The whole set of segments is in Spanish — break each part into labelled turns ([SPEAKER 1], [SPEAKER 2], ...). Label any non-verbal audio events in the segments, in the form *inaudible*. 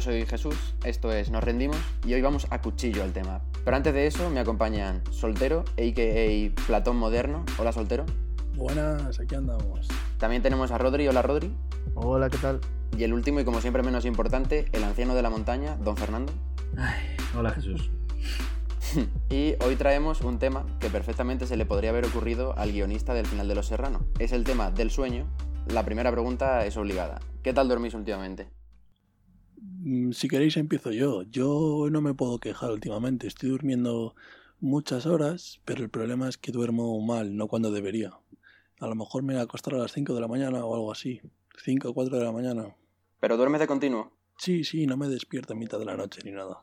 [SPEAKER 1] soy Jesús, esto es Nos Rendimos y hoy vamos a cuchillo al tema. Pero antes de eso me acompañan Soltero, a.k.a. Platón Moderno. Hola Soltero.
[SPEAKER 2] Buenas, aquí andamos.
[SPEAKER 1] También tenemos a Rodri. Hola Rodri.
[SPEAKER 3] Hola, ¿qué tal?
[SPEAKER 1] Y el último y como siempre menos importante, el anciano de la montaña, Don Fernando.
[SPEAKER 4] Ay, hola Jesús.
[SPEAKER 1] *laughs* Y hoy traemos un tema que perfectamente se le podría haber ocurrido al guionista del final de Los Serrano. Es el tema del sueño. La primera pregunta es obligada. ¿Qué tal dormís últimamente?
[SPEAKER 2] Mm, Si queréis empiezo yo. Yo no me puedo quejar últimamente. Estoy durmiendo muchas horas, pero el problema es que duermo mal, no cuando debería. A lo mejor me voy a acostar a las 5 de la mañana o algo así. 5 o 4 de la mañana.
[SPEAKER 1] ¿Pero duermes de continuo?
[SPEAKER 2] Sí, sí, no me despierto en mitad de la noche ni nada.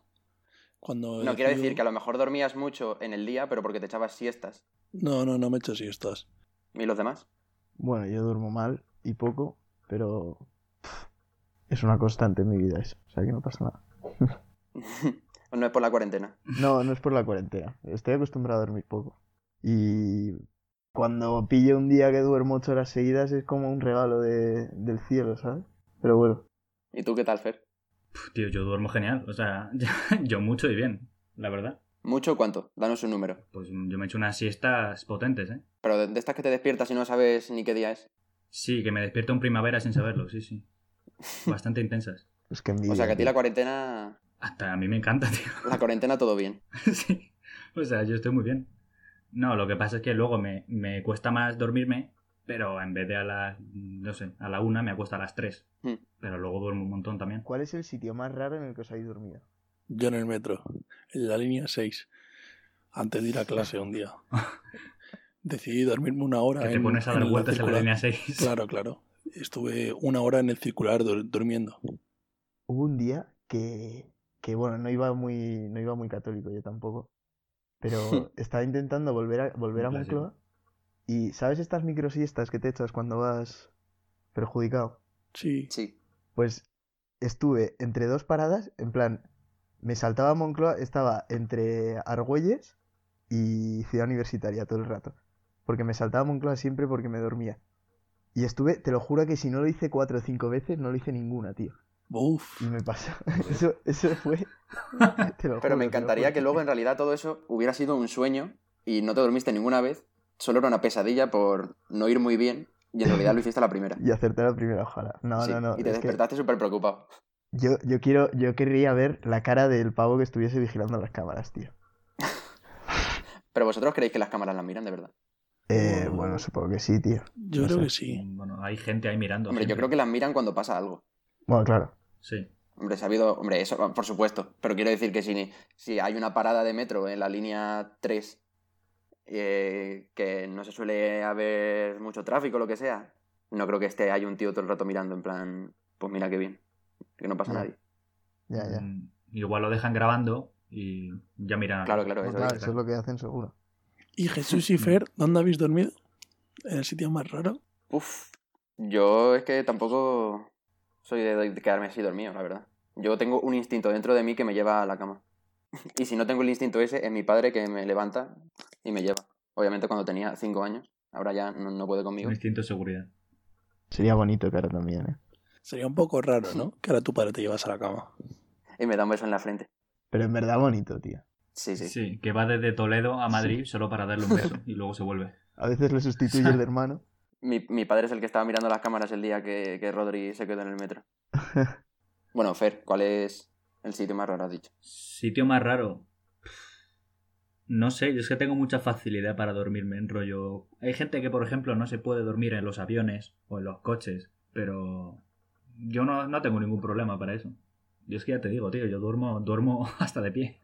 [SPEAKER 2] Cuando
[SPEAKER 1] No, quiero
[SPEAKER 2] decido-
[SPEAKER 1] decir que a lo mejor dormías mucho en el día, pero porque te echabas siestas.
[SPEAKER 2] No, no, no me echo siestas.
[SPEAKER 1] ¿Y los demás? *laughs*
[SPEAKER 3] Bueno, yo duermo mal y poco, pero pff, es una constante en mi vida eso. O sea que no pasa nada.
[SPEAKER 1] no es por la cuarentena.
[SPEAKER 3] No, no es por la cuarentena. Estoy acostumbrado a dormir poco. Y cuando pillo un día que duermo ocho horas seguidas es como un regalo de- del cielo, ¿sabes? Pero bueno,
[SPEAKER 1] ¿Y tú qué tal, Fer?
[SPEAKER 4] Puf, tío, yo duermo genial. O sea, *laughs* yo mucho y bien, la verdad.
[SPEAKER 1] ¿Mucho o cuánto? Danos un número.
[SPEAKER 4] Pues yo me echo unas siestas potentes, ¿eh?
[SPEAKER 1] Pero de, de estas que te despiertas y no sabes ni qué día es.
[SPEAKER 4] Sí, que me despierto en primavera sin saberlo,
[SPEAKER 1] *laughs*
[SPEAKER 4] sí, sí. Bastante intensas.
[SPEAKER 3] es que
[SPEAKER 1] O sea, que a ti la
[SPEAKER 3] envidia,
[SPEAKER 1] cuarentena.
[SPEAKER 4] Hasta a mí me encanta, *laughs* tío.
[SPEAKER 1] La cuarentena todo bien.
[SPEAKER 4] Sí. O sea, yo estoy muy bien. No, lo que pasa es que luego me, me cuesta más dormirme, pero en vez de a las, no sé, a la una me acuesto a las tres.
[SPEAKER 1] Hmm.
[SPEAKER 4] Pero luego duermo un montón también.
[SPEAKER 3] tío. ¿Cuál es el sitio más raro en el que os habéis dormido?
[SPEAKER 2] Yo en el metro, en la línea 6, antes de ir a clase
[SPEAKER 1] *laughs*
[SPEAKER 2] un día. Decidí dormirme una hora.
[SPEAKER 4] Que te
[SPEAKER 2] en-
[SPEAKER 4] pones a
[SPEAKER 2] en
[SPEAKER 4] dar
[SPEAKER 2] la
[SPEAKER 4] vueltas en la
[SPEAKER 2] circular.
[SPEAKER 4] línea 6.
[SPEAKER 2] Claro, claro. Estuve una hora en el circular dur- durmiendo.
[SPEAKER 3] hubo un día que, que, bueno, no iba muy, no iba muy católico yo tampoco, pero
[SPEAKER 4] *laughs*
[SPEAKER 3] estaba intentando volver a, volver a
[SPEAKER 4] Un clásico.
[SPEAKER 3] Moncloa y ¿sabes estas microsiestas que te echas cuando vas perjudicado?
[SPEAKER 2] Sí.
[SPEAKER 1] Sí.
[SPEAKER 3] Pues estuve entre dos paradas, en plan, me saltaba a Moncloa, estaba entre Argüelles y Ciudad Universitaria todo el rato, porque me saltaba a Moncloa siempre porque me dormía. Y estuve, te lo juro que si no lo hice cuatro o cinco veces, no lo hice ninguna, tío.
[SPEAKER 2] Uf.
[SPEAKER 3] Y me pasa. *laughs* Eso, eso fue. Te
[SPEAKER 1] Pero
[SPEAKER 3] lo juro, te lo
[SPEAKER 1] me encantaría
[SPEAKER 3] juro.
[SPEAKER 1] que luego en realidad todo eso hubiera sido un sueño y no te dormiste ninguna vez. Solo era una pesadilla por no ir muy bien y en realidad lo hiciste a la primera.
[SPEAKER 3] Y acertar la primera, ojalá. No,
[SPEAKER 1] Sí,
[SPEAKER 3] no, no.
[SPEAKER 1] Y te
[SPEAKER 3] es que
[SPEAKER 1] despertaste súper preocupado.
[SPEAKER 3] yo, yo quiero, yo querría ver la cara del pavo que estuviese vigilando las cámaras, tío.
[SPEAKER 1] Pero vosotros creéis que las cámaras las miran, de verdad.
[SPEAKER 3] Eh,
[SPEAKER 2] Wow.
[SPEAKER 3] bueno, supongo que sí, tío.
[SPEAKER 2] Yo
[SPEAKER 3] no
[SPEAKER 2] creo
[SPEAKER 3] sé.
[SPEAKER 2] que sí.
[SPEAKER 4] *laughs* Bueno, hay gente ahí mirando.
[SPEAKER 1] Hombre, yo
[SPEAKER 4] siempre.
[SPEAKER 1] creo que las miran cuando pasa algo.
[SPEAKER 3] Bueno, claro.
[SPEAKER 4] Sí.
[SPEAKER 1] Hombre, sabido, hombre, eso por supuesto. Pero quiero decir que si, si hay una parada de metro en la línea 3 eh, que no se suele haber mucho tráfico o lo que sea, no creo que esté ahí un tío todo el rato mirando en plan, pues mira qué bien, que no pasa
[SPEAKER 3] Ya.
[SPEAKER 1] nadie.
[SPEAKER 3] Ya, ya.
[SPEAKER 4] Mm, Igual lo dejan grabando y ya miran.
[SPEAKER 1] Claro, claro,
[SPEAKER 3] No,
[SPEAKER 1] eso
[SPEAKER 3] claro,
[SPEAKER 1] es.
[SPEAKER 3] eso es lo que hacen seguro.
[SPEAKER 2] ¿Y Jesús y Fer, dónde habéis dormido? ¿En el sitio más raro?
[SPEAKER 1] Uf, yo es que tampoco soy de, de quedarme así dormido, la verdad. Yo tengo un instinto dentro de mí que me lleva a la cama. *laughs* Y si no tengo el instinto ese, es mi padre que me levanta y me lleva. Obviamente cuando tenía cinco años, ahora ya no, no puede conmigo.
[SPEAKER 4] Un instinto de seguridad.
[SPEAKER 3] Sería bonito que ahora también, ¿eh?
[SPEAKER 2] Sería un poco raro, ¿no? Que ahora tu padre te llevas a la cama.
[SPEAKER 1] Y me da un beso en la frente.
[SPEAKER 3] Pero en verdad bonito, tío.
[SPEAKER 1] Sí, sí.
[SPEAKER 4] que va desde Toledo a Madrid solo para darle un beso y luego se vuelve.
[SPEAKER 3] A veces le sustituye el hermano.
[SPEAKER 1] Mi, mi padre es el que estaba mirando las cámaras el día que, que Rodri se quedó en el metro. Bueno, Fer, ¿cuál es el sitio más raro, has dicho?
[SPEAKER 4] Sitio más raro. No sé, yo es que tengo mucha facilidad para dormirme en rollo. Hay gente que, por ejemplo, no se puede dormir en los aviones o en los coches, pero yo no, no tengo ningún problema para eso. Yo es que ya te digo, tío, yo duermo, duermo *laughs* hasta de pie.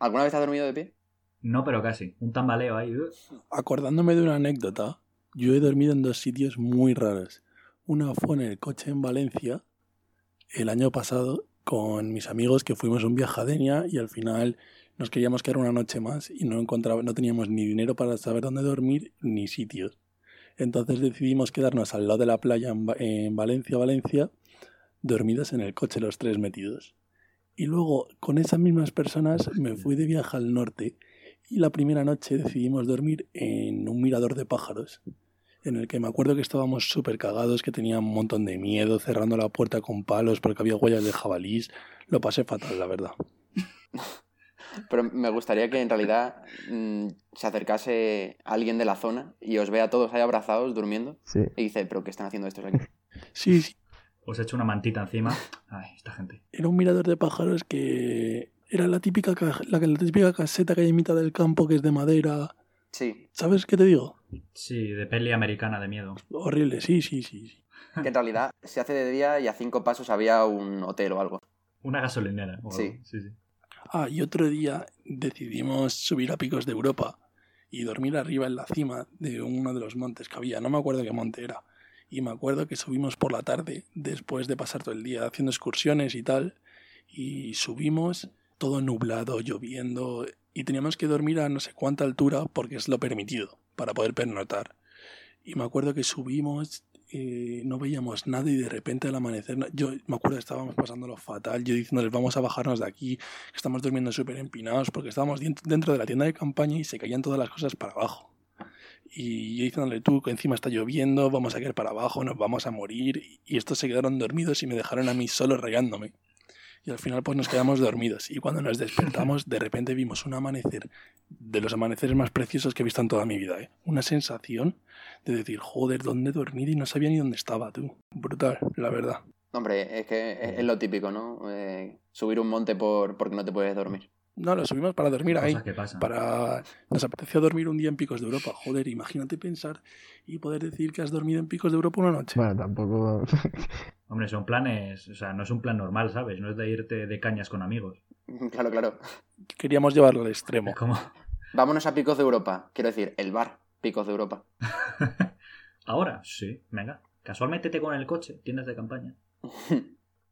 [SPEAKER 1] ¿Alguna vez has dormido de pie?
[SPEAKER 4] No, pero casi. Un tambaleo ahí. uh.
[SPEAKER 2] Acordándome de una anécdota, yo he dormido en dos sitios muy raros. Una fue en el coche en Valencia, el año pasado, con mis amigos que fuimos un viaje a Denia y al final nos queríamos quedar una noche más y no, encontraba, no teníamos ni dinero para saber dónde dormir ni sitios. Entonces decidimos quedarnos al lado de la playa en, Va- en Valencia, Valencia, dormidos en el coche los tres metidos. Y luego, con esas mismas personas, me fui de viaje al norte y la primera noche decidimos dormir en un mirador de pájaros. en el que me acuerdo que estábamos súper cagados, que tenía un montón de miedo, cerrando la puerta con palos porque había huellas de jabalís. Lo pasé fatal, la verdad.
[SPEAKER 1] Pero me gustaría que en realidad mm, se acercase alguien de la zona y os vea a todos ahí abrazados, durmiendo,
[SPEAKER 3] Sí.
[SPEAKER 1] y dice, pero ¿qué están haciendo estos aquí?
[SPEAKER 2] Sí, sí,
[SPEAKER 4] Os he hecho una mantita encima. Ay, esta gente.
[SPEAKER 2] era un mirador de pájaros que era la típica, ca- la, la típica caseta que hay en mitad del campo que es de madera.
[SPEAKER 1] Sí,
[SPEAKER 2] ¿Sabes qué te digo?
[SPEAKER 4] Sí, de peli americana de miedo.
[SPEAKER 2] Horrible, sí, sí, sí. sí.
[SPEAKER 1] que en realidad se hace de día y a cinco pasos había un hotel o algo.
[SPEAKER 4] Una gasolinera. o algo.
[SPEAKER 1] Sí.
[SPEAKER 4] sí, sí.
[SPEAKER 2] Ah, y otro día decidimos subir a picos de Europa y dormir arriba en la cima de uno de los montes que había. No me acuerdo qué monte era. Y me acuerdo que subimos por la tarde, después de pasar todo el día haciendo excursiones y tal. Y subimos todo nublado, lloviendo. Y teníamos que dormir a no sé cuánta altura porque es lo permitido para poder pernotar. Y me acuerdo que subimos, eh, no veíamos nada y de repente al amanecer, yo me acuerdo que estábamos pasándolo fatal, yo diciéndoles vamos a bajarnos de aquí, que estamos durmiendo súper empinados porque estábamos dien- dentro de la tienda de campaña y se caían todas las cosas para abajo. Y yo diciéndole tú que encima está lloviendo, vamos a caer para abajo, nos vamos a morir. Y estos se quedaron dormidos y me dejaron a mí solo regándome. Y al final pues nos quedamos dormidos. Y cuando nos despertamos, de repente vimos un amanecer, de los amaneceres más preciosos que he visto en toda mi vida. ¿eh? Una sensación de decir, joder, ¿dónde he dormido? Y no sabía ni dónde estaba tú. Brutal, la verdad.
[SPEAKER 1] Hombre, es que es, es lo típico, ¿no? Eh, subir un monte por porque no te puedes dormir. *laughs*
[SPEAKER 2] No, lo subimos para dormir ahí.
[SPEAKER 4] Cosas que
[SPEAKER 3] Ah.
[SPEAKER 4] pasan.
[SPEAKER 2] para nos apeteció dormir un día en Picos de Europa. Joder, imagínate pensar y poder decir que has dormido en Picos de Europa una noche.
[SPEAKER 3] Bueno, tampoco. *laughs*
[SPEAKER 4] Hombre, son planes. O sea, no es un plan normal, ¿sabes? No es de irte de cañas con amigos.
[SPEAKER 1] Claro, claro.
[SPEAKER 2] Queríamos llevarlo al extremo.
[SPEAKER 4] Es como. *laughs*
[SPEAKER 1] Vámonos a Picos de Europa. Quiero decir, el bar, Picos de Europa.
[SPEAKER 4] Ahora, sí, venga. Casualmente te con el coche, tiendas de campaña.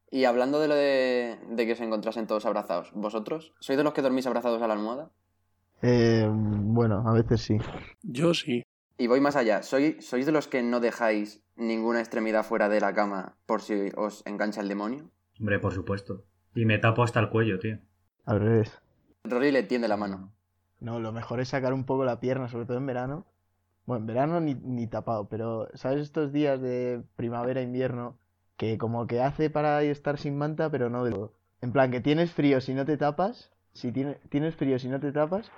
[SPEAKER 1] Y hablando de lo de, de que se encontrasen todos abrazados, ¿vosotros sois de los que dormís abrazados a la almohada?
[SPEAKER 3] Eh, bueno, a veces sí.
[SPEAKER 2] Yo sí.
[SPEAKER 1] Y voy más allá, ¿Soy, ¿sois de los que no dejáis ninguna extremidad fuera de la cama por si os engancha el demonio?
[SPEAKER 4] Hombre, por supuesto. Y me tapo hasta el cuello, tío.
[SPEAKER 3] Al revés.
[SPEAKER 1] Rory le tiende la mano.
[SPEAKER 3] No, lo mejor es sacar un poco la pierna, sobre todo en verano. Bueno, en verano ni, ni tapado, pero ¿sabes estos días de primavera, invierno? Que como que hace para estar sin manta, pero no del todo. En plan, que tienes frío si no te tapas. Si tiene- tienes frío si no te tapas.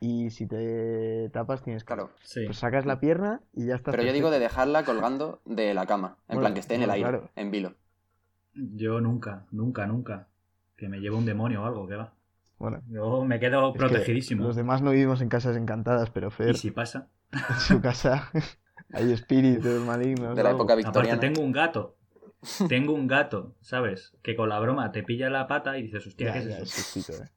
[SPEAKER 3] Y si te tapas, tienes calor.
[SPEAKER 1] Claro.
[SPEAKER 4] Sí.
[SPEAKER 3] Pues sacas la pierna y ya está.
[SPEAKER 1] Pero yo digo de dejarla colgando de la cama, en
[SPEAKER 3] Bueno,
[SPEAKER 1] plan que esté en el
[SPEAKER 3] bueno,
[SPEAKER 1] aire,
[SPEAKER 3] claro.
[SPEAKER 1] en vilo.
[SPEAKER 4] Yo nunca, nunca, nunca. Que me lleve un demonio o algo, que va.
[SPEAKER 3] Bueno,
[SPEAKER 4] Yo me quedo
[SPEAKER 3] es que
[SPEAKER 4] protegidísimo.
[SPEAKER 3] los demás no vivimos en casas encantadas, pero Fer,
[SPEAKER 4] Y si pasa.
[SPEAKER 3] en su casa *laughs* hay espíritus malignos.
[SPEAKER 1] De la
[SPEAKER 3] algo.
[SPEAKER 1] época
[SPEAKER 4] Aparte,
[SPEAKER 1] victoriana.
[SPEAKER 4] tengo
[SPEAKER 1] *laughs*
[SPEAKER 4] un gato. Tengo un gato, ¿sabes? Que con la broma te pilla la pata y dices, hostia,
[SPEAKER 3] Ya,
[SPEAKER 4] ¿qué es
[SPEAKER 3] ya,
[SPEAKER 4] eso?
[SPEAKER 3] es sustito, eh.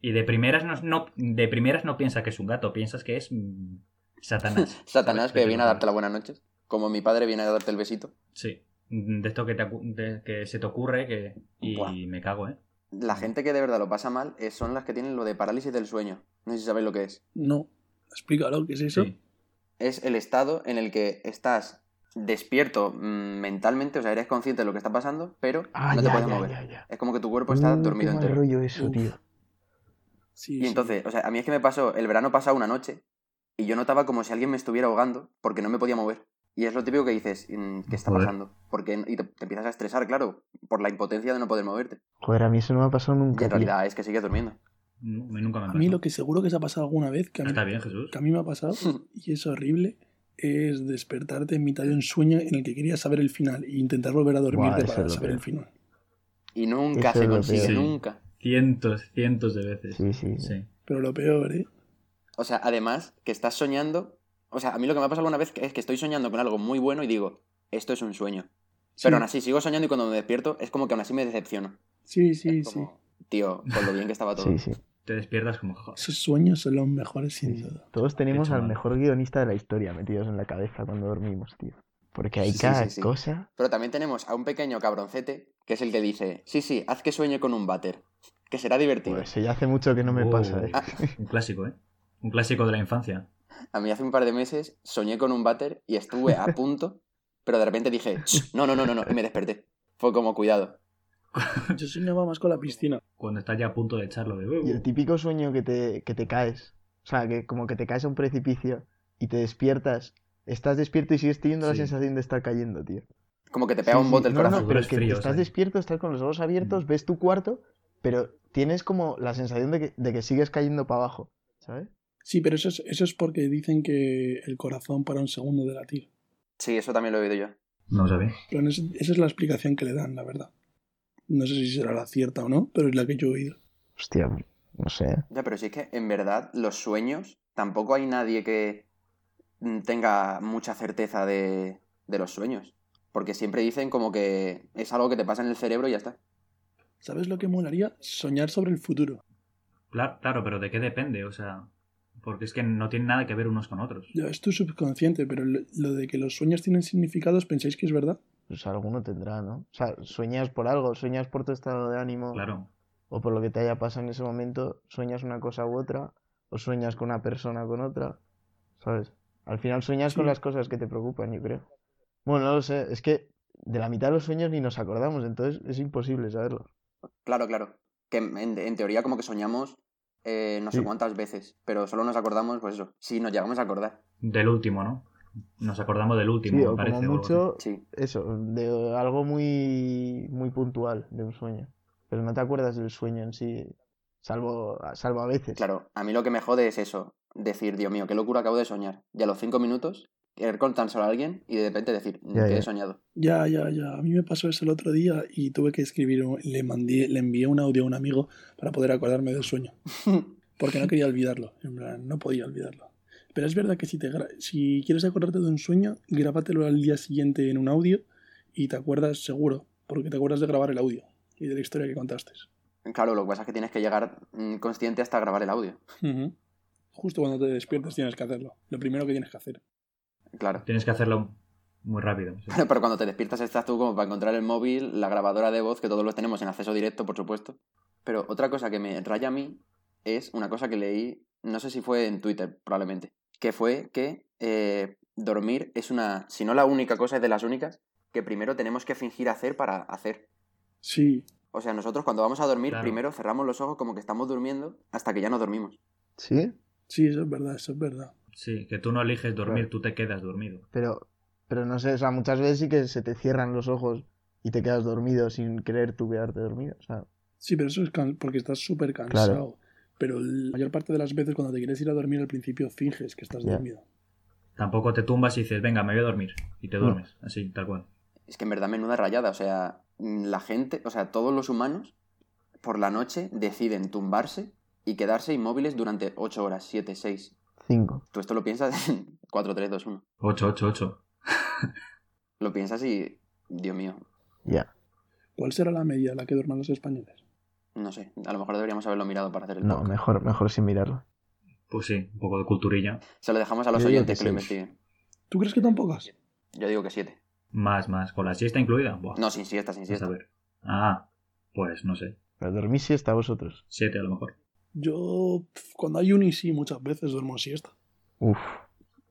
[SPEAKER 4] Y de primeras no, no- de primeras no piensas que es un gato, piensas que es mm, Satanás.
[SPEAKER 1] *laughs* Satanás que
[SPEAKER 4] Pero-
[SPEAKER 1] viene a darte la buenas noches, como mi padre viene a darte el besito.
[SPEAKER 4] Sí. Mm, De esto que, te acu- de- que se te ocurre que... y
[SPEAKER 1] Buah.
[SPEAKER 4] me cago, ¿eh?
[SPEAKER 1] La gente que de verdad lo pasa mal eh, son las que tienen lo de parálisis del sueño. No sé si sabéis lo que es.
[SPEAKER 2] No. Explícalo, ¿qué es eso?
[SPEAKER 4] Sí.
[SPEAKER 1] es el estado en el que estás despierto mm, mentalmente, o sea, eres consciente de lo que está pasando, pero
[SPEAKER 3] Ah,
[SPEAKER 1] no te
[SPEAKER 3] ya,
[SPEAKER 1] puedes
[SPEAKER 3] ya,
[SPEAKER 1] mover.
[SPEAKER 3] ya, ya.
[SPEAKER 1] Es como que tu cuerpo está
[SPEAKER 3] Uh, qué
[SPEAKER 1] dormido
[SPEAKER 3] mal
[SPEAKER 1] entero.
[SPEAKER 3] rollo eso,
[SPEAKER 2] Uf.
[SPEAKER 3] tío.
[SPEAKER 2] Sí,
[SPEAKER 1] Y
[SPEAKER 2] sí.
[SPEAKER 1] entonces, o sea, a mí es que me pasó el verano pasado una noche y yo notaba como si alguien me estuviera ahogando porque no me podía mover. Y es lo típico que dices, mm, ¿qué está
[SPEAKER 4] Joder.
[SPEAKER 1] pasando? Porque, y te, te empiezas a estresar, claro, por la impotencia de no poder moverte.
[SPEAKER 3] Joder, a mí eso no me ha pasado
[SPEAKER 1] Y
[SPEAKER 3] nunca.
[SPEAKER 1] en
[SPEAKER 3] tío.
[SPEAKER 1] realidad es que sigues durmiendo.
[SPEAKER 4] No, a mí
[SPEAKER 3] Ah,
[SPEAKER 4] nunca me ha
[SPEAKER 2] A mí
[SPEAKER 4] pasado.
[SPEAKER 2] lo que seguro que se ha pasado alguna vez, que a mí,
[SPEAKER 4] Está bien, Jesús.
[SPEAKER 2] que a mí me
[SPEAKER 1] *laughs*
[SPEAKER 2] ha pasado y es horrible, es despertarte en mitad de un sueño en el que querías saber el final e intentar volver a dormirte
[SPEAKER 3] eso
[SPEAKER 2] para
[SPEAKER 3] es lo
[SPEAKER 2] saber
[SPEAKER 3] peor.
[SPEAKER 2] el final.
[SPEAKER 1] Y nunca
[SPEAKER 3] Eso
[SPEAKER 1] se
[SPEAKER 3] es lo
[SPEAKER 1] consigue,
[SPEAKER 4] peor.
[SPEAKER 1] nunca.
[SPEAKER 4] Cientos, cientos de veces.
[SPEAKER 3] Sí, sí. sí.
[SPEAKER 4] Sí.
[SPEAKER 2] Pero lo peor, ¿eh?
[SPEAKER 1] O sea, además que estás soñando. O sea, a mí lo que me ha pasado alguna vez es que estoy soñando con algo muy bueno y digo, esto es un sueño. Pero aún así sigo soñando y cuando me despierto es como que aún así me decepciono.
[SPEAKER 2] Sí, sí,
[SPEAKER 1] Es
[SPEAKER 2] sí.
[SPEAKER 1] como, Tío, con lo bien que
[SPEAKER 3] *laughs*
[SPEAKER 1] estaba todo.
[SPEAKER 3] Sí, sí.
[SPEAKER 4] Te despiertas como... joder.
[SPEAKER 2] Esos sueños son los mejores sin
[SPEAKER 3] Sí, sí.
[SPEAKER 2] duda.
[SPEAKER 3] Todos tenemos
[SPEAKER 4] hecho
[SPEAKER 3] al
[SPEAKER 4] mal.
[SPEAKER 3] mejor guionista de la historia metidos en la cabeza cuando dormimos, tío. Porque hay
[SPEAKER 1] Sí, sí,
[SPEAKER 3] cada
[SPEAKER 1] sí, sí.
[SPEAKER 3] cosa.
[SPEAKER 1] Pero también tenemos a un pequeño cabroncete que es el que dice, sí, sí, haz que sueñe con un váter, que será divertido.
[SPEAKER 3] Pues ya hace mucho que no me
[SPEAKER 4] Oh.
[SPEAKER 3] pasa, eh.
[SPEAKER 4] Un clásico, ¿eh? Un clásico de la infancia.
[SPEAKER 1] A mí hace un par de meses soñé con un váter y estuve a punto, pero de repente dije, "Shh, no, no, no, no, no, y me desperté. Fue como, cuidado.
[SPEAKER 2] Yo soñaba más con la piscina.
[SPEAKER 4] Cuando estás ya a punto de echarlo de...
[SPEAKER 3] Y el típico sueño que te, que te caes. O sea, que como que te caes a un precipicio y te despiertas Estás despierto y sigues teniendo la
[SPEAKER 4] Sí.
[SPEAKER 3] sensación de estar cayendo, tío.
[SPEAKER 1] Como que te pega
[SPEAKER 3] Sí,
[SPEAKER 1] un
[SPEAKER 3] sí.
[SPEAKER 1] bote el
[SPEAKER 3] No, no,
[SPEAKER 1] corazón.
[SPEAKER 3] pero
[SPEAKER 4] Sudores
[SPEAKER 3] es que
[SPEAKER 4] fríos,
[SPEAKER 3] estás
[SPEAKER 4] ahí.
[SPEAKER 3] despierto, estás con los ojos
[SPEAKER 4] Mm.
[SPEAKER 3] abiertos, ves tu cuarto, pero tienes como la sensación de que, de que sigues cayendo para abajo, ¿sabes?
[SPEAKER 2] Sí, pero eso es, eso es porque dicen que el corazón para un segundo de latir.
[SPEAKER 1] Sí, eso también lo he oído yo.
[SPEAKER 4] No sabía.
[SPEAKER 2] Pero no es- esa es la explicación que le dan, la verdad. No sé si será la cierta o no, pero es la que yo he oído.
[SPEAKER 3] Hostia, no sé.
[SPEAKER 1] Ya, pero si es que en verdad los sueños, tampoco hay nadie que mm, tenga mucha certeza de, de los sueños. Porque siempre dicen como que es algo que te pasa en el cerebro y ya está.
[SPEAKER 2] ¿Sabes lo que molaría? Soñar sobre el futuro.
[SPEAKER 4] Claro, claro, pero ¿de qué depende? O sea, porque es que no tiene nada que ver unos con otros.
[SPEAKER 2] Ya, Es tu subconsciente, pero lo lo de que los sueños tienen significados, ¿pensáis que es verdad?
[SPEAKER 3] Pues alguno tendrá, ¿no? O sea, sueñas por algo, sueñas por tu estado de ánimo
[SPEAKER 4] Claro.
[SPEAKER 3] o por lo que te haya pasado en ese momento, sueñas una cosa u otra o sueñas con una persona con otra, ¿sabes? Al final sueñas con
[SPEAKER 2] Sí.
[SPEAKER 3] las cosas que te preocupan, yo creo. Bueno, no lo sé, es que de la mitad de los sueños ni nos acordamos, entonces es imposible saberlo.
[SPEAKER 1] Claro, claro. Que en, en- en teoría como que soñamos eh, no sé
[SPEAKER 3] Sí.
[SPEAKER 1] cuántas veces, pero solo nos acordamos, pues eso, si nos llegamos a acordar.
[SPEAKER 4] Del último, ¿no? Nos acordamos del último,
[SPEAKER 3] Sí,
[SPEAKER 4] me
[SPEAKER 3] o
[SPEAKER 4] parece.
[SPEAKER 3] como
[SPEAKER 4] o algo
[SPEAKER 3] mucho,
[SPEAKER 1] Sí.
[SPEAKER 3] eso, de algo muy, muy puntual de un sueño. Pero no te acuerdas del sueño en sí, salvo, salvo a veces.
[SPEAKER 1] Claro, a mí lo que me jode es eso, decir, Dios mío, qué locura acabo de soñar. Y a los cinco minutos, querer contárselo a alguien y de repente decir, "Mm,
[SPEAKER 3] Ya,
[SPEAKER 1] que
[SPEAKER 3] ya.
[SPEAKER 1] he soñado. *laughs*
[SPEAKER 2] Ya, ya, ya. A mí me pasó eso el otro día y tuve que escribir, un- le, mandé, le envié un audio a un amigo para poder acordarme del sueño. Porque no quería olvidarlo, en plan, no podía olvidarlo. Pero es verdad que si, te gra- si quieres acordarte de un sueño, grábatelo al día siguiente en un audio y te acuerdas seguro, porque te acuerdas de grabar el audio y de la historia que contaste.
[SPEAKER 1] Claro, lo que pasa es que tienes que llegar mm, consciente hasta grabar el audio.
[SPEAKER 2] Justo cuando te despiertes tienes que hacerlo, lo primero que tienes que hacer.
[SPEAKER 1] Claro.
[SPEAKER 4] así. Tienes que hacerlo muy rápido. sí.
[SPEAKER 1] *laughs* Pero cuando te despiertas estás tú como para encontrar el móvil, la grabadora de voz, que todos los tenemos en acceso directo, por supuesto. Pero otra cosa que me raya a mí es una cosa que leí, no sé si fue en Twitter, probablemente, que fue que eh, dormir es una, si no la única cosa, es de las únicas que primero tenemos que fingir hacer para hacer.
[SPEAKER 2] Sí,
[SPEAKER 1] O sea, nosotros cuando vamos a dormir,
[SPEAKER 4] Claro.
[SPEAKER 1] primero cerramos los ojos como que estamos durmiendo hasta que ya no dormimos.
[SPEAKER 3] Sí,
[SPEAKER 2] sí, eso es verdad, eso es verdad.
[SPEAKER 4] Sí, que tú no eliges dormir,
[SPEAKER 3] Claro.
[SPEAKER 4] tú te quedas dormido.
[SPEAKER 3] pero, pero no sé, o sea, muchas veces sí que se te cierran los ojos y te quedas dormido sin querer tú quedarte dormido. O sea,
[SPEAKER 2] Sí, pero eso es can- porque estás súper cansado. Pero la mayor parte de las veces cuando te quieres ir a dormir al principio finges que estás
[SPEAKER 3] Ya.
[SPEAKER 2] dormido.
[SPEAKER 4] Tampoco te tumbas y dices, venga, me voy a dormir. Y te
[SPEAKER 3] No.
[SPEAKER 4] duermes, así, tal cual.
[SPEAKER 1] Es que en verdad menuda rayada, o sea, mm, la gente, o sea, todos los humanos por la noche deciden tumbarse y quedarse inmóviles durante 8 horas, 7, 6.
[SPEAKER 3] cinco.
[SPEAKER 1] Tú esto lo piensas en *laughs* 4, 3, 2, 1.
[SPEAKER 4] 8, 8, 8.
[SPEAKER 1] Lo piensas y, Dios mío,
[SPEAKER 3] Ya.
[SPEAKER 2] ¿Cuál será la media a la que duerman los españoles?
[SPEAKER 1] no sé, a lo mejor deberíamos haberlo mirado para hacer el
[SPEAKER 3] No,
[SPEAKER 1] podcast.
[SPEAKER 3] mejor, mejor sin mirarlo.
[SPEAKER 4] Pues sí, un poco de culturilla.
[SPEAKER 1] Se lo dejamos a los
[SPEAKER 3] Yo digo
[SPEAKER 1] oyentes
[SPEAKER 3] que
[SPEAKER 1] que lo
[SPEAKER 3] seis.
[SPEAKER 1] investiguen.
[SPEAKER 2] ¿Tú crees que tan pocas?
[SPEAKER 1] Yo digo que 7.
[SPEAKER 4] Más, más. ¿Con la siesta incluida? Buah,
[SPEAKER 1] No, sin siesta, sin
[SPEAKER 4] a
[SPEAKER 1] siesta.
[SPEAKER 4] saber. Ah, pues no sé.
[SPEAKER 3] Pero dormís siesta vosotros.
[SPEAKER 4] 7 a lo mejor.
[SPEAKER 2] Yo, pf, cuando hay uni, sí, muchas veces duermo siesta.
[SPEAKER 3] Uf.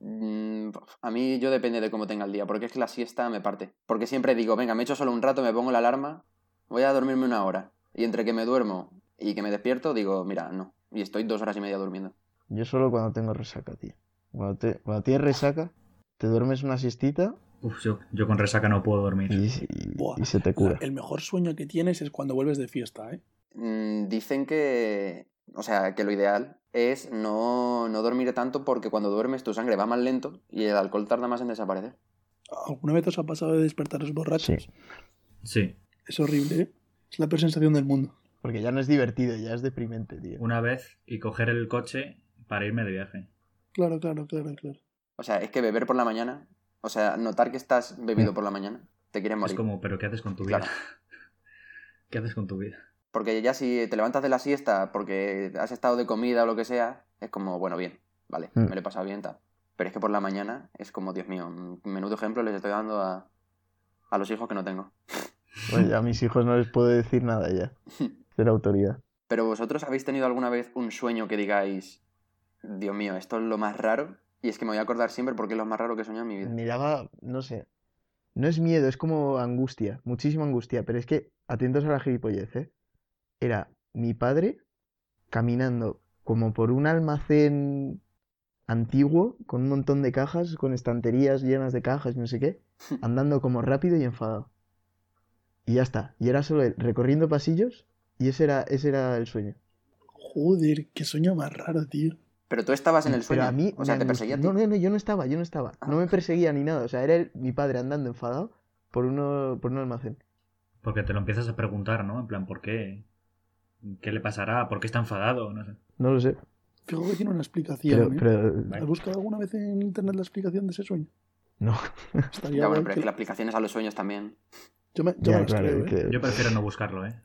[SPEAKER 1] Mm, A mí yo depende de cómo tenga el día, porque es que la siesta me parte. Porque siempre digo, venga, me echo solo un rato, me pongo la alarma, voy a dormirme una hora. Y entre que me duermo y que me despierto, digo, mira, no. Y estoy dos horas y media durmiendo.
[SPEAKER 3] Yo solo cuando tengo resaca, tío. Cuando, te, cuando tienes resaca, te duermes una siestita
[SPEAKER 4] Uf, yo, yo con resaca no puedo dormir.
[SPEAKER 3] y, y-
[SPEAKER 2] Buah.
[SPEAKER 3] y se te cura.
[SPEAKER 2] El mejor sueño que tienes es cuando vuelves de fiesta, ¿eh?
[SPEAKER 1] Mm, Dicen que, o sea, que lo ideal es no, no dormir tanto porque cuando duermes tu sangre va más lento y el alcohol tarda más en desaparecer.
[SPEAKER 2] ¿Alguna vez os ha pasado de despertaros borrachos?
[SPEAKER 3] Sí.
[SPEAKER 4] Sí.
[SPEAKER 2] Es horrible, ¿eh? Es la peor sensación del mundo.
[SPEAKER 3] Porque ya no es divertido, ya es deprimente, tío.
[SPEAKER 4] Una vez y coger el coche para irme de viaje.
[SPEAKER 2] Claro, claro, claro, claro.
[SPEAKER 1] O sea, es que beber por la mañana, o sea, notar que estás bebido por la mañana, te quieres
[SPEAKER 4] Mm. Es
[SPEAKER 1] morir.
[SPEAKER 4] como, pero ¿qué haces con tu vida?
[SPEAKER 1] Claro.
[SPEAKER 4] ¿Qué haces con tu vida?
[SPEAKER 1] Porque ya si te levantas de la siesta porque has estado de comida o lo que sea, es como, bueno, bien, vale,
[SPEAKER 3] Mm.
[SPEAKER 1] me lo he pasado bien, tal. Pero es que por la mañana es como, Dios mío, mm, menudo ejemplo les estoy dando a, a los hijos que no tengo.
[SPEAKER 3] Bueno, ya a mis hijos no les puedo decir nada ya. Ser autoridad.
[SPEAKER 1] Pero vosotros habéis tenido alguna vez un sueño que digáis, Dios mío, esto es lo más raro y es que me voy a acordar siempre porque es lo más raro que he soñado en mi vida.
[SPEAKER 3] Me daba, no sé. No es miedo, es como angustia, muchísima angustia. Pero es que, atentos a la gilipollez, ¿eh? Era mi padre caminando como por un almacén antiguo, con un montón de cajas, con estanterías llenas de cajas, no sé qué, andando como rápido y enfadado. Y ya está. Y era solo él, recorriendo pasillos, y ese era, ese era el sueño.
[SPEAKER 2] Joder, qué sueño más raro, tío.
[SPEAKER 1] Pero tú estabas en el sueño.
[SPEAKER 3] Pero a mí.
[SPEAKER 1] o sea,
[SPEAKER 3] me
[SPEAKER 1] te
[SPEAKER 3] angustia-
[SPEAKER 1] perseguía a ti. Ah.
[SPEAKER 3] No, no, no, yo no estaba, yo no estaba. No me perseguía ni nada. O sea, era él- mi padre andando enfadado por, uno, por un almacén.
[SPEAKER 4] Porque te lo empiezas a preguntar, ¿no? En plan, ¿por qué? ¿Qué le pasará? ¿Por qué está enfadado? No sé.
[SPEAKER 3] No lo sé.
[SPEAKER 2] Fijo que tiene una explicación.
[SPEAKER 3] Pero,
[SPEAKER 2] ¿eh?
[SPEAKER 3] pero-
[SPEAKER 2] ¿Has buscado alguna vez en internet la explicación de ese sueño?
[SPEAKER 3] No.
[SPEAKER 2] Estaría
[SPEAKER 1] Ya,
[SPEAKER 2] guay
[SPEAKER 1] bueno, pero es
[SPEAKER 2] que-
[SPEAKER 1] que las aplicaciones a los sueños también. *laughs*
[SPEAKER 2] Yo me, yo me
[SPEAKER 3] Ya,
[SPEAKER 2] las
[SPEAKER 3] claro,
[SPEAKER 2] creo, ¿eh?
[SPEAKER 3] que,
[SPEAKER 4] Yo prefiero no buscarlo, ¿eh?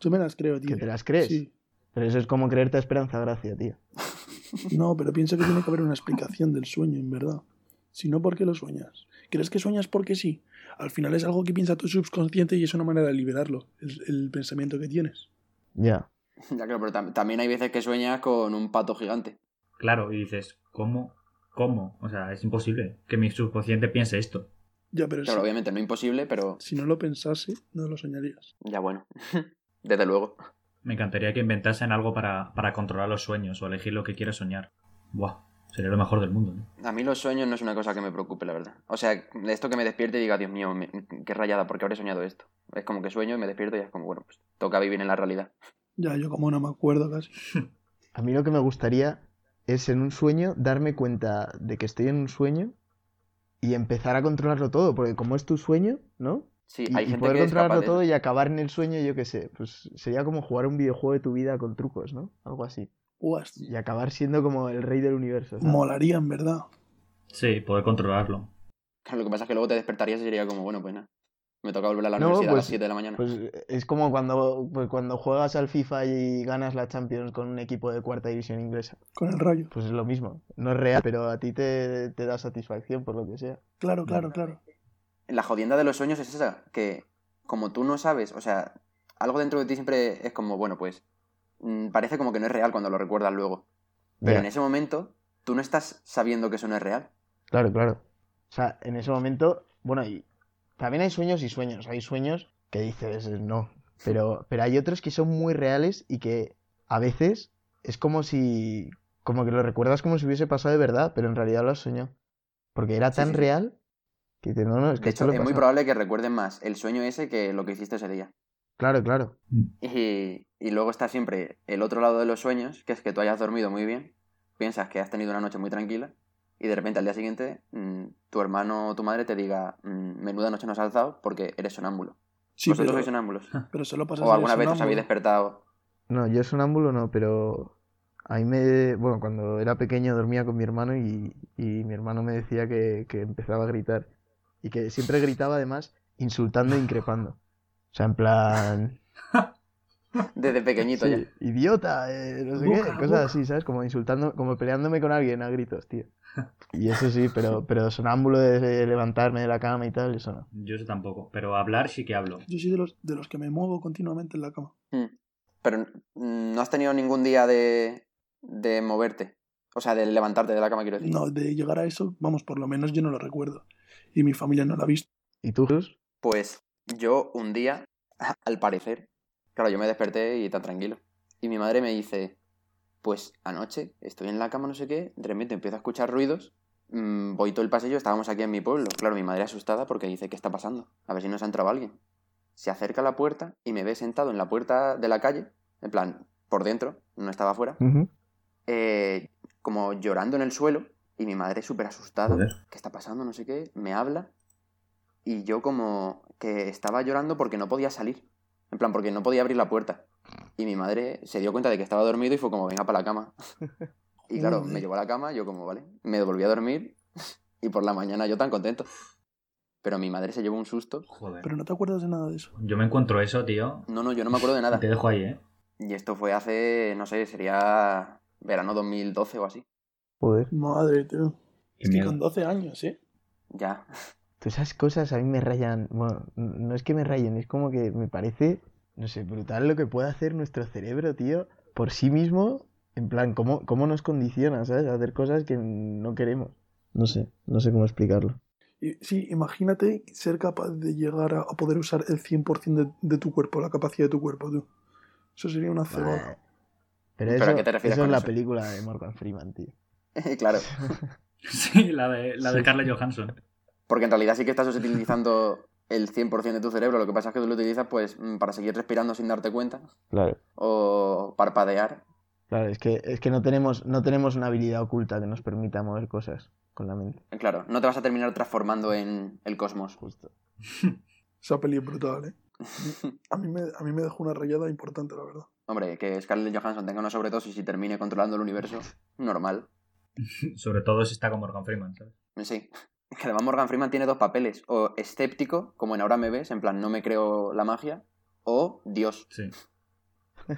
[SPEAKER 2] Yo me las creo,
[SPEAKER 3] que
[SPEAKER 2] tío.
[SPEAKER 3] te las crees.
[SPEAKER 2] Sí.
[SPEAKER 3] Pero eso es como creerte a Esperanza Gracia, tío.
[SPEAKER 2] No, pero pienso que tiene que haber una explicación del sueño, en verdad. Si no, ¿por qué lo sueñas? ¿Crees que sueñas porque sí? Al final es algo que piensa tu subconsciente y es una manera de liberarlo, el, el pensamiento que tienes.
[SPEAKER 3] Ya.
[SPEAKER 1] Ya claro, pero tam- también hay veces que sueñas con un pato gigante.
[SPEAKER 4] Claro, y dices, ¿cómo? ¿Cómo? O sea, es imposible que mi subconsciente piense esto.
[SPEAKER 2] Ya, pero
[SPEAKER 1] Claro,
[SPEAKER 2] si,
[SPEAKER 1] obviamente no imposible, pero
[SPEAKER 2] si no lo pensase, no lo soñarías.
[SPEAKER 1] ya bueno. *laughs* Desde luego.
[SPEAKER 4] Me encantaría que inventasen algo para, para controlar los sueños o elegir lo que quieras soñar. Buah, sería lo mejor del mundo, ¿no?
[SPEAKER 1] A mí los sueños no es una cosa que me preocupe, la verdad. O sea, de esto que me despierte y diga, Dios mío, me- qué rayada, porque habré soñado esto. Es como que sueño y me despierto y es como, bueno, pues toca vivir en la realidad.
[SPEAKER 2] Ya, yo como no me acuerdo casi.
[SPEAKER 3] A mí lo que me gustaría es en un sueño darme cuenta de que estoy en un sueño y empezar a controlarlo todo. Porque como es tu sueño, ¿no?
[SPEAKER 1] Sí,
[SPEAKER 3] Y,
[SPEAKER 1] hay
[SPEAKER 3] y
[SPEAKER 1] gente
[SPEAKER 3] poder
[SPEAKER 1] que es capaz
[SPEAKER 3] controlarlo
[SPEAKER 1] de
[SPEAKER 3] todo y acabar en el sueño, yo qué sé. Pues sería como jugar un videojuego de tu vida con trucos, ¿no? Algo así.
[SPEAKER 2] Buah,
[SPEAKER 3] Y acabar siendo como el rey del universo. ¿sabes?
[SPEAKER 2] molaría, en verdad.
[SPEAKER 4] Sí, poder controlarlo.
[SPEAKER 1] *laughs* Claro, lo que pasa es que luego te despertarías y sería como, bueno, pues nada. Me toca volver a la
[SPEAKER 3] No,
[SPEAKER 1] universidad a las
[SPEAKER 3] pues-
[SPEAKER 1] 7 de la mañana.
[SPEAKER 3] Pues es como cuando, pues, cuando juegas al FIFA y ganas la Champions con un equipo de cuarta división inglesa.
[SPEAKER 2] Con el rayo.
[SPEAKER 3] Pues es lo mismo. No es real, pero a ti te, te da satisfacción por lo que sea.
[SPEAKER 2] Claro, claro, claro.
[SPEAKER 1] La jodienda de los sueños es esa, que como tú no sabes, o sea, algo dentro de ti siempre es como, bueno, pues mm, parece como que no es real cuando lo recuerdas luego. Pero
[SPEAKER 3] Ya.
[SPEAKER 1] en ese momento tú no estás sabiendo que eso no es real.
[SPEAKER 3] Claro, claro. O sea, en ese momento, bueno, y también hay sueños y sueños. Hay sueños que dices eh, no, pero, pero hay otros que son muy reales y que a veces es como si, como que lo recuerdas como si hubiese pasado de verdad, pero en realidad lo has soñado. Porque era
[SPEAKER 1] Sí,
[SPEAKER 3] tan
[SPEAKER 1] sí, sí.
[SPEAKER 3] real que dices, no, no, es que
[SPEAKER 1] De
[SPEAKER 3] esto
[SPEAKER 1] hecho,
[SPEAKER 3] lo
[SPEAKER 1] es
[SPEAKER 3] he
[SPEAKER 1] muy
[SPEAKER 3] pasado.
[SPEAKER 1] probable que recuerden más el sueño ese que lo que hiciste ese día.
[SPEAKER 3] Claro, claro.
[SPEAKER 1] Y, y luego está siempre el otro lado de los sueños, que es que tú hayas dormido muy bien, piensas que has tenido una noche muy tranquila, y de repente al día siguiente mm, tu hermano o tu madre te diga, mm, menuda noche nos has alzado porque eres sonámbulo.
[SPEAKER 2] Sí,
[SPEAKER 1] Vosotros
[SPEAKER 2] pero,
[SPEAKER 1] sois sonámbulos.
[SPEAKER 2] pero solo pasas
[SPEAKER 1] Pues O
[SPEAKER 2] de
[SPEAKER 1] alguna vez os
[SPEAKER 2] sonámbulo.
[SPEAKER 1] habéis despertado.
[SPEAKER 3] No, yo sonámbulo no, pero a mí me... Bueno, cuando era pequeño dormía con mi hermano y, y mi hermano me decía que, que empezaba a gritar. Y que siempre gritaba además insultando e increpando. O sea, en plan...
[SPEAKER 1] Desde pequeñito
[SPEAKER 3] sí,
[SPEAKER 1] ya.
[SPEAKER 3] idiota, eh, no sé qué,
[SPEAKER 2] Buja,
[SPEAKER 3] cosas
[SPEAKER 2] buja.
[SPEAKER 3] así, ¿sabes? Como insultando, como peleándome con alguien a gritos, tío. Y eso sí, pero, pero sonámbulo de levantarme de la cama y tal, eso no.
[SPEAKER 4] Yo eso tampoco, pero hablar sí que hablo.
[SPEAKER 2] Yo soy de los, de los que me muevo continuamente en la cama.
[SPEAKER 1] Mm. Pero mm, no has tenido ningún día de, de moverte. O sea, de levantarte de la cama, quiero decir.
[SPEAKER 2] No, de llegar a eso, vamos, por lo menos yo no lo recuerdo. Y mi familia no lo ha visto.
[SPEAKER 3] ¿Y tú, Jesús?
[SPEAKER 1] Pues yo un día, al parecer, claro, yo me desperté y tan tranquilo. Y mi madre me dice, pues anoche estoy en la cama, no sé qué, de repente empiezo a escuchar ruidos, mm, voy todo el pasillo, estábamos aquí en mi pueblo. Claro, mi madre asustada porque dice, ¿qué está pasando? A ver si nos ha entrado alguien. Se acerca a la puerta y me ve sentado en la puerta de la calle, en plan, por dentro, no estaba afuera,
[SPEAKER 3] Ujú.
[SPEAKER 1] eh, como llorando en el suelo y mi madre súper asustada,
[SPEAKER 4] Joder.
[SPEAKER 1] ¿qué está pasando? No sé qué, me habla y yo como que estaba llorando porque no podía salir, en plan porque no podía abrir la puerta y mi madre se dio cuenta de que estaba dormido y fue como venga para la cama y claro, me
[SPEAKER 2] Joder.
[SPEAKER 1] llevó a la cama, yo como vale, me volví a dormir *laughs* y por la mañana yo tan contento, pero mi madre se llevó un susto,
[SPEAKER 4] Joder.
[SPEAKER 2] Pero no te acuerdas de nada de eso.
[SPEAKER 4] Yo me encuentro eso, tío.
[SPEAKER 1] no, no, yo no me acuerdo de
[SPEAKER 4] y
[SPEAKER 1] nada
[SPEAKER 4] Te dejo ahí, ¿eh?
[SPEAKER 1] y esto fue hace, no sé, sería verano 2012 o así,
[SPEAKER 3] Joder.
[SPEAKER 2] Madre, tío.
[SPEAKER 4] Qué
[SPEAKER 2] Es que
[SPEAKER 4] miedo.
[SPEAKER 2] con 12 años, ¿eh?
[SPEAKER 1] ya, *laughs*
[SPEAKER 3] Todas esas cosas a mí me rayan. Bueno, n- no es que me rayen, es como que me parece, no sé, brutal lo que puede hacer nuestro cerebro, tío, por sí mismo. En plan, cómo, cómo nos condiciona, ¿sabes? A hacer cosas que no queremos. No sé, no sé cómo explicarlo.
[SPEAKER 2] Y, sí, imagínate ser capaz de llegar a, a poder usar el 100% de, de tu cuerpo, la capacidad de tu cuerpo, tú. Eso sería una cebada.
[SPEAKER 1] ¿Pero
[SPEAKER 3] Pero eso,
[SPEAKER 1] a qué te refieres
[SPEAKER 3] eso es
[SPEAKER 1] con
[SPEAKER 3] la
[SPEAKER 1] eso?
[SPEAKER 3] película de Morgan Freeman, tío.
[SPEAKER 1] claro.
[SPEAKER 4] *laughs* Sí, la de, la de
[SPEAKER 2] Sí.
[SPEAKER 4] Carla Johansson.
[SPEAKER 1] Porque en realidad sí que estás utilizando *laughs* el 100% de tu cerebro. Lo que pasa es que tú lo utilizas pues mm, para seguir respirando sin darte cuenta
[SPEAKER 3] Claro.
[SPEAKER 1] o parpadear.
[SPEAKER 3] Claro, es que, es que no, tenemos, no tenemos una habilidad oculta que nos permita mover cosas con la mente.
[SPEAKER 1] Eh, Claro, no te vas a terminar transformando en el cosmos. *laughs*
[SPEAKER 3] Justo.
[SPEAKER 2] Esa peli es brutal, ¿eh? A mí, me, a mí me dejó una rayada importante, la verdad.
[SPEAKER 1] Hombre, que Scarlett Johansson tenga una sobredosis y termine controlando el *laughs* universo, normal. Eh,
[SPEAKER 4] Sobre todo si está con Morgan Freeman, ¿sabes?
[SPEAKER 1] Sí. *laughs* Que además Morgan Freeman tiene dos papeles. O escéptico, como en Ahora me ves, en plan no me creo la magia, o Dios.
[SPEAKER 4] Sí.
[SPEAKER 3] *laughs*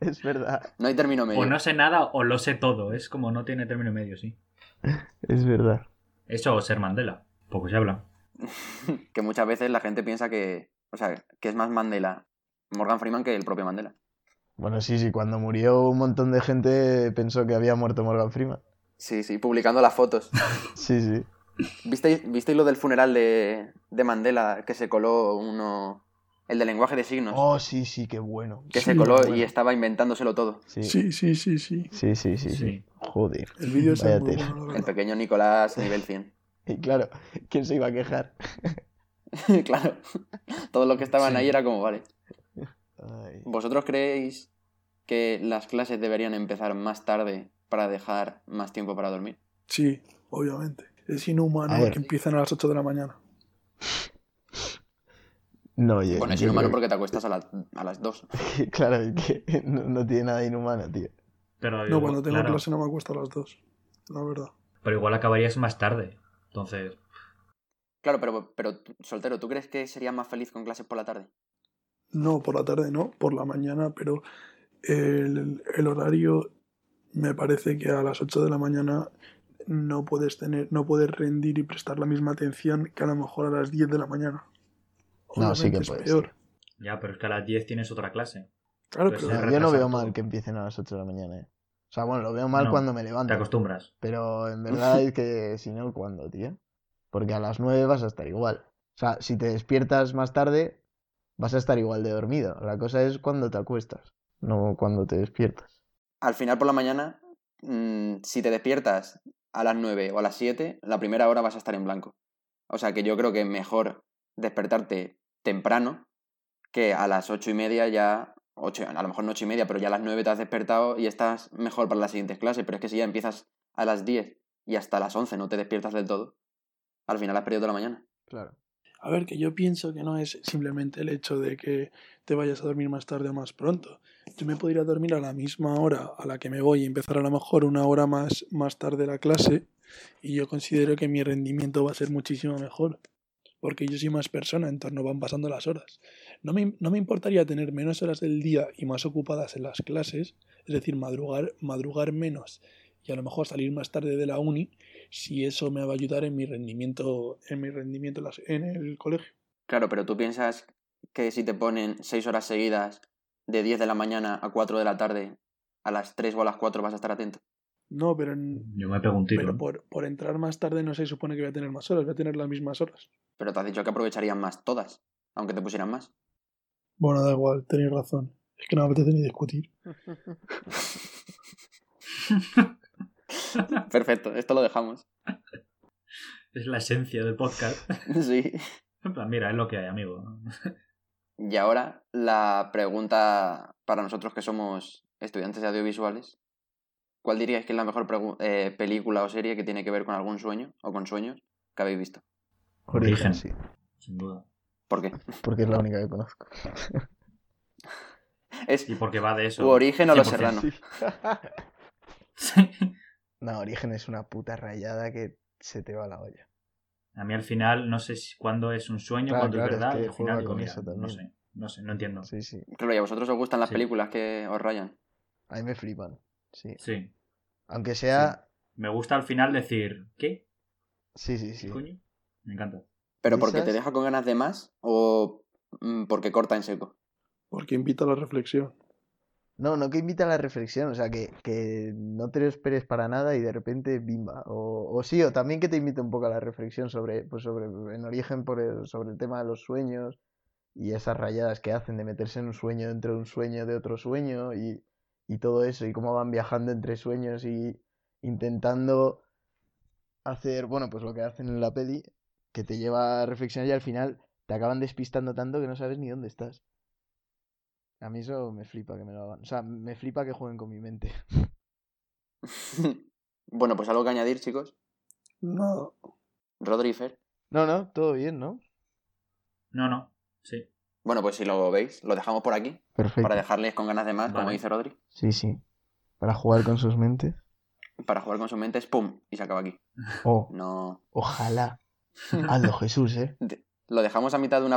[SPEAKER 3] Es verdad,
[SPEAKER 1] No hay término medio.
[SPEAKER 4] O no sé nada o lo sé todo. Es como no tiene término medio, sí.
[SPEAKER 3] es verdad.
[SPEAKER 4] Eso o ser Mandela. Poco se habla.
[SPEAKER 1] que muchas veces la gente piensa que. O sea, que es más Mandela. Morgan Freeman que el propio Mandela.
[SPEAKER 3] Bueno, sí, sí, cuando murió un montón de gente pensó que había muerto Morgan Freeman.
[SPEAKER 1] Sí, sí, publicando las fotos.
[SPEAKER 3] Sí, sí.
[SPEAKER 1] ¿Visteis, visteis lo del funeral de, de Mandela que se coló uno. El de lenguaje de signos.
[SPEAKER 3] Oh, sí, sí, qué bueno.
[SPEAKER 1] que
[SPEAKER 2] sí,
[SPEAKER 1] se coló
[SPEAKER 3] bueno.
[SPEAKER 1] y estaba inventándoselo todo.
[SPEAKER 3] Sí, sí,
[SPEAKER 2] Sí, sí, sí, sí.
[SPEAKER 3] sí, sí. sí.
[SPEAKER 4] Sí.
[SPEAKER 3] Joder.
[SPEAKER 2] El vídeo es
[SPEAKER 3] Vaya
[SPEAKER 2] muy
[SPEAKER 3] tela.
[SPEAKER 2] bueno, la
[SPEAKER 1] El
[SPEAKER 2] verdad.
[SPEAKER 1] pequeño Nicolás, nivel 100.
[SPEAKER 3] Y claro, ¿quién se iba a quejar?
[SPEAKER 1] *laughs* claro. Todos los que estaban
[SPEAKER 4] Sí.
[SPEAKER 1] ahí era como, vale.
[SPEAKER 3] Ay.
[SPEAKER 1] ¿Vosotros creéis que las clases deberían empezar más tarde para dejar más tiempo para dormir?
[SPEAKER 2] Sí, obviamente. Es
[SPEAKER 3] A
[SPEAKER 2] inhumano
[SPEAKER 3] ver.
[SPEAKER 2] que empiecen a las 8 de la mañana.
[SPEAKER 3] No, yo.
[SPEAKER 1] bueno, es
[SPEAKER 3] yo
[SPEAKER 1] inhumano
[SPEAKER 3] creo
[SPEAKER 1] porque te acuestas a, la- a las 2.
[SPEAKER 3] que- Claro, es que *laughs* no, no tiene nada de inhumano, tío.
[SPEAKER 4] Pero,
[SPEAKER 2] No,
[SPEAKER 4] igual-
[SPEAKER 2] cuando tengo
[SPEAKER 4] claro,
[SPEAKER 2] clase no me acuesto a las 2. La verdad.
[SPEAKER 4] pero igual acabarías más tarde. Entonces,
[SPEAKER 1] Claro, pero, pero tú- soltero, ¿tú crees que sería más feliz con clases por la tarde?
[SPEAKER 2] No, por la tarde no, por la mañana, pero el, el horario me parece que a las 8 de la mañana no puedes tener, no puedes rendir y prestar la misma atención que a lo mejor a las 10 de la mañana.
[SPEAKER 3] No, sí que
[SPEAKER 2] Obviamente es
[SPEAKER 3] puedes,
[SPEAKER 2] peor.
[SPEAKER 4] ya, pero es que a las 10 tienes otra clase.
[SPEAKER 2] Claro,
[SPEAKER 4] Pues
[SPEAKER 2] pero
[SPEAKER 4] Se
[SPEAKER 3] No, yo no
[SPEAKER 4] retrasa
[SPEAKER 3] veo
[SPEAKER 4] todo.
[SPEAKER 3] mal que empiecen a las 8 de la mañana, eh. O sea, bueno, lo veo mal
[SPEAKER 4] No,
[SPEAKER 3] cuando me
[SPEAKER 4] Te
[SPEAKER 3] levanto.
[SPEAKER 4] acostumbras.
[SPEAKER 3] Pero en verdad es que si no, ¿cuándo, tío? Porque a las 9 vas a estar igual. O sea, si te despiertas más tarde, vas a estar igual de dormido. La cosa es cuando te acuestas, no cuando te despiertas.
[SPEAKER 1] Al final por la mañana, mm, si te despiertas a las 9 o a las 7, la primera hora vas a estar en blanco. O sea que yo creo que es mejor despertarte temprano que a las 8 y media ya... ocho- a lo mejor no 8 y media, pero ya a las 9 te has despertado y estás mejor para las siguientes clases. Pero es que si ya empiezas a las 10 y hasta las 11 no te despiertas del todo, al final has perdido toda la mañana.
[SPEAKER 3] Claro.
[SPEAKER 2] A ver, que yo pienso que no es simplemente el hecho de que te vayas a dormir más tarde o más pronto. Yo me puedo ir a dormir a la misma hora a la que me voy y empezar a lo mejor una hora más, más tarde la clase y yo considero que mi rendimiento va a ser muchísimo mejor. Porque yo soy más persona, en torno van pasando las horas. No me, no me importaría tener menos horas del día y más ocupadas en las clases, es decir, madrugar, madrugar menos y a lo mejor salir más tarde de la uni, si eso me va a ayudar en mi rendimiento en mi rendimiento en las- en el colegio.
[SPEAKER 1] Claro, pero tú piensas que si te ponen seis horas seguidas, de 10 de la mañana a 4 de la tarde, a las 3 o a las 4 vas a estar atento.
[SPEAKER 2] No, pero, en-
[SPEAKER 4] Yo me pego un tiro.
[SPEAKER 2] pero por, por entrar más tarde no se supone que voy a tener más horas, voy a tener las mismas horas.
[SPEAKER 1] Pero te has dicho que aprovecharías más todas, aunque te pusieran más.
[SPEAKER 2] Bueno, da igual, tenéis razón. Es que no me apetece ni discutir.
[SPEAKER 1] *laughs* Perfecto, esto lo dejamos.
[SPEAKER 4] Es la esencia del podcast.
[SPEAKER 1] *laughs*
[SPEAKER 4] *laughs*
[SPEAKER 1] Sí.
[SPEAKER 4] En plan, mira, es lo que hay, amigo.
[SPEAKER 1] Y ahora la pregunta para nosotros que somos estudiantes de audiovisuales. ¿Cuál diríais que es la mejor pregu- eh, película o serie que tiene que ver con algún sueño o con sueños que habéis visto?
[SPEAKER 4] Origen.
[SPEAKER 3] sí.
[SPEAKER 4] Sin duda.
[SPEAKER 1] ¿Por qué?
[SPEAKER 3] Porque es la única que conozco.
[SPEAKER 1] ¿Es
[SPEAKER 4] Y porque va de eso.
[SPEAKER 1] tu origen o los
[SPEAKER 4] 100%.
[SPEAKER 1] serranos?
[SPEAKER 4] *laughs* Sí.
[SPEAKER 3] No, Origen es una puta rayada que se te va la olla.
[SPEAKER 4] A mí al final no sé si, cuándo es un sueño,
[SPEAKER 3] Claro,
[SPEAKER 4] cuándo
[SPEAKER 3] claro,
[SPEAKER 4] es
[SPEAKER 3] es
[SPEAKER 4] verdad.
[SPEAKER 3] que
[SPEAKER 4] y al final
[SPEAKER 3] juega
[SPEAKER 4] digo,
[SPEAKER 3] con
[SPEAKER 4] mira,
[SPEAKER 3] eso
[SPEAKER 4] no
[SPEAKER 3] también.
[SPEAKER 4] sé, no sé, no entiendo. Sí.
[SPEAKER 3] Sí, sí.
[SPEAKER 1] Claro, ¿y a vosotros os gustan las
[SPEAKER 4] Sí.
[SPEAKER 1] películas que os rayan?
[SPEAKER 3] A mí me flipan. Sí. Aunque sea.
[SPEAKER 4] Me gusta al final decir, ¿qué?
[SPEAKER 3] Sí, sí, sí.
[SPEAKER 4] ¿Coño? Me encanta.
[SPEAKER 1] ¿Pero porque te
[SPEAKER 3] Risas.
[SPEAKER 1] deja con ganas de más o mm, porque corta en seco? *laughs*
[SPEAKER 2] Porque invita a la reflexión.
[SPEAKER 3] No, no que invita a la reflexión. O sea, que, que no te lo esperes para nada y de repente bimba. O, o sí, o también que te invite un poco a la reflexión sobre, pues sobre en Origen, por el- sobre el tema de los sueños y esas rayadas que hacen de meterse en un sueño dentro de un sueño de otro sueño y, y todo eso. Y cómo van viajando entre sueños y, intentando hacer, bueno, pues lo que hacen en la peli, que te lleva a reflexionar y al final te acaban despistando tanto que no sabes ni dónde estás. A mí eso me flipa que me lo hagan. O sea, me flipa que jueguen con mi mente. *laughs*
[SPEAKER 1] bueno, pues algo que añadir, chicos.
[SPEAKER 2] No.
[SPEAKER 1] Rodri Fer.
[SPEAKER 3] No, no, todo bien, ¿no?
[SPEAKER 4] No, no, sí.
[SPEAKER 1] Bueno, pues si lo veis, lo dejamos por aquí.
[SPEAKER 3] Perfecto.
[SPEAKER 1] Para dejarles con ganas de más, como
[SPEAKER 4] Vale.
[SPEAKER 1] dice Rodri.
[SPEAKER 3] Sí, sí. Para jugar con sus mentes.
[SPEAKER 1] Para jugar con sus mentes, ¡pum! Y se acaba aquí.
[SPEAKER 3] Oh,
[SPEAKER 1] No.
[SPEAKER 3] ojalá. Hazlo, Jesús, ¿eh?
[SPEAKER 1] Lo dejamos a mitad de una frase.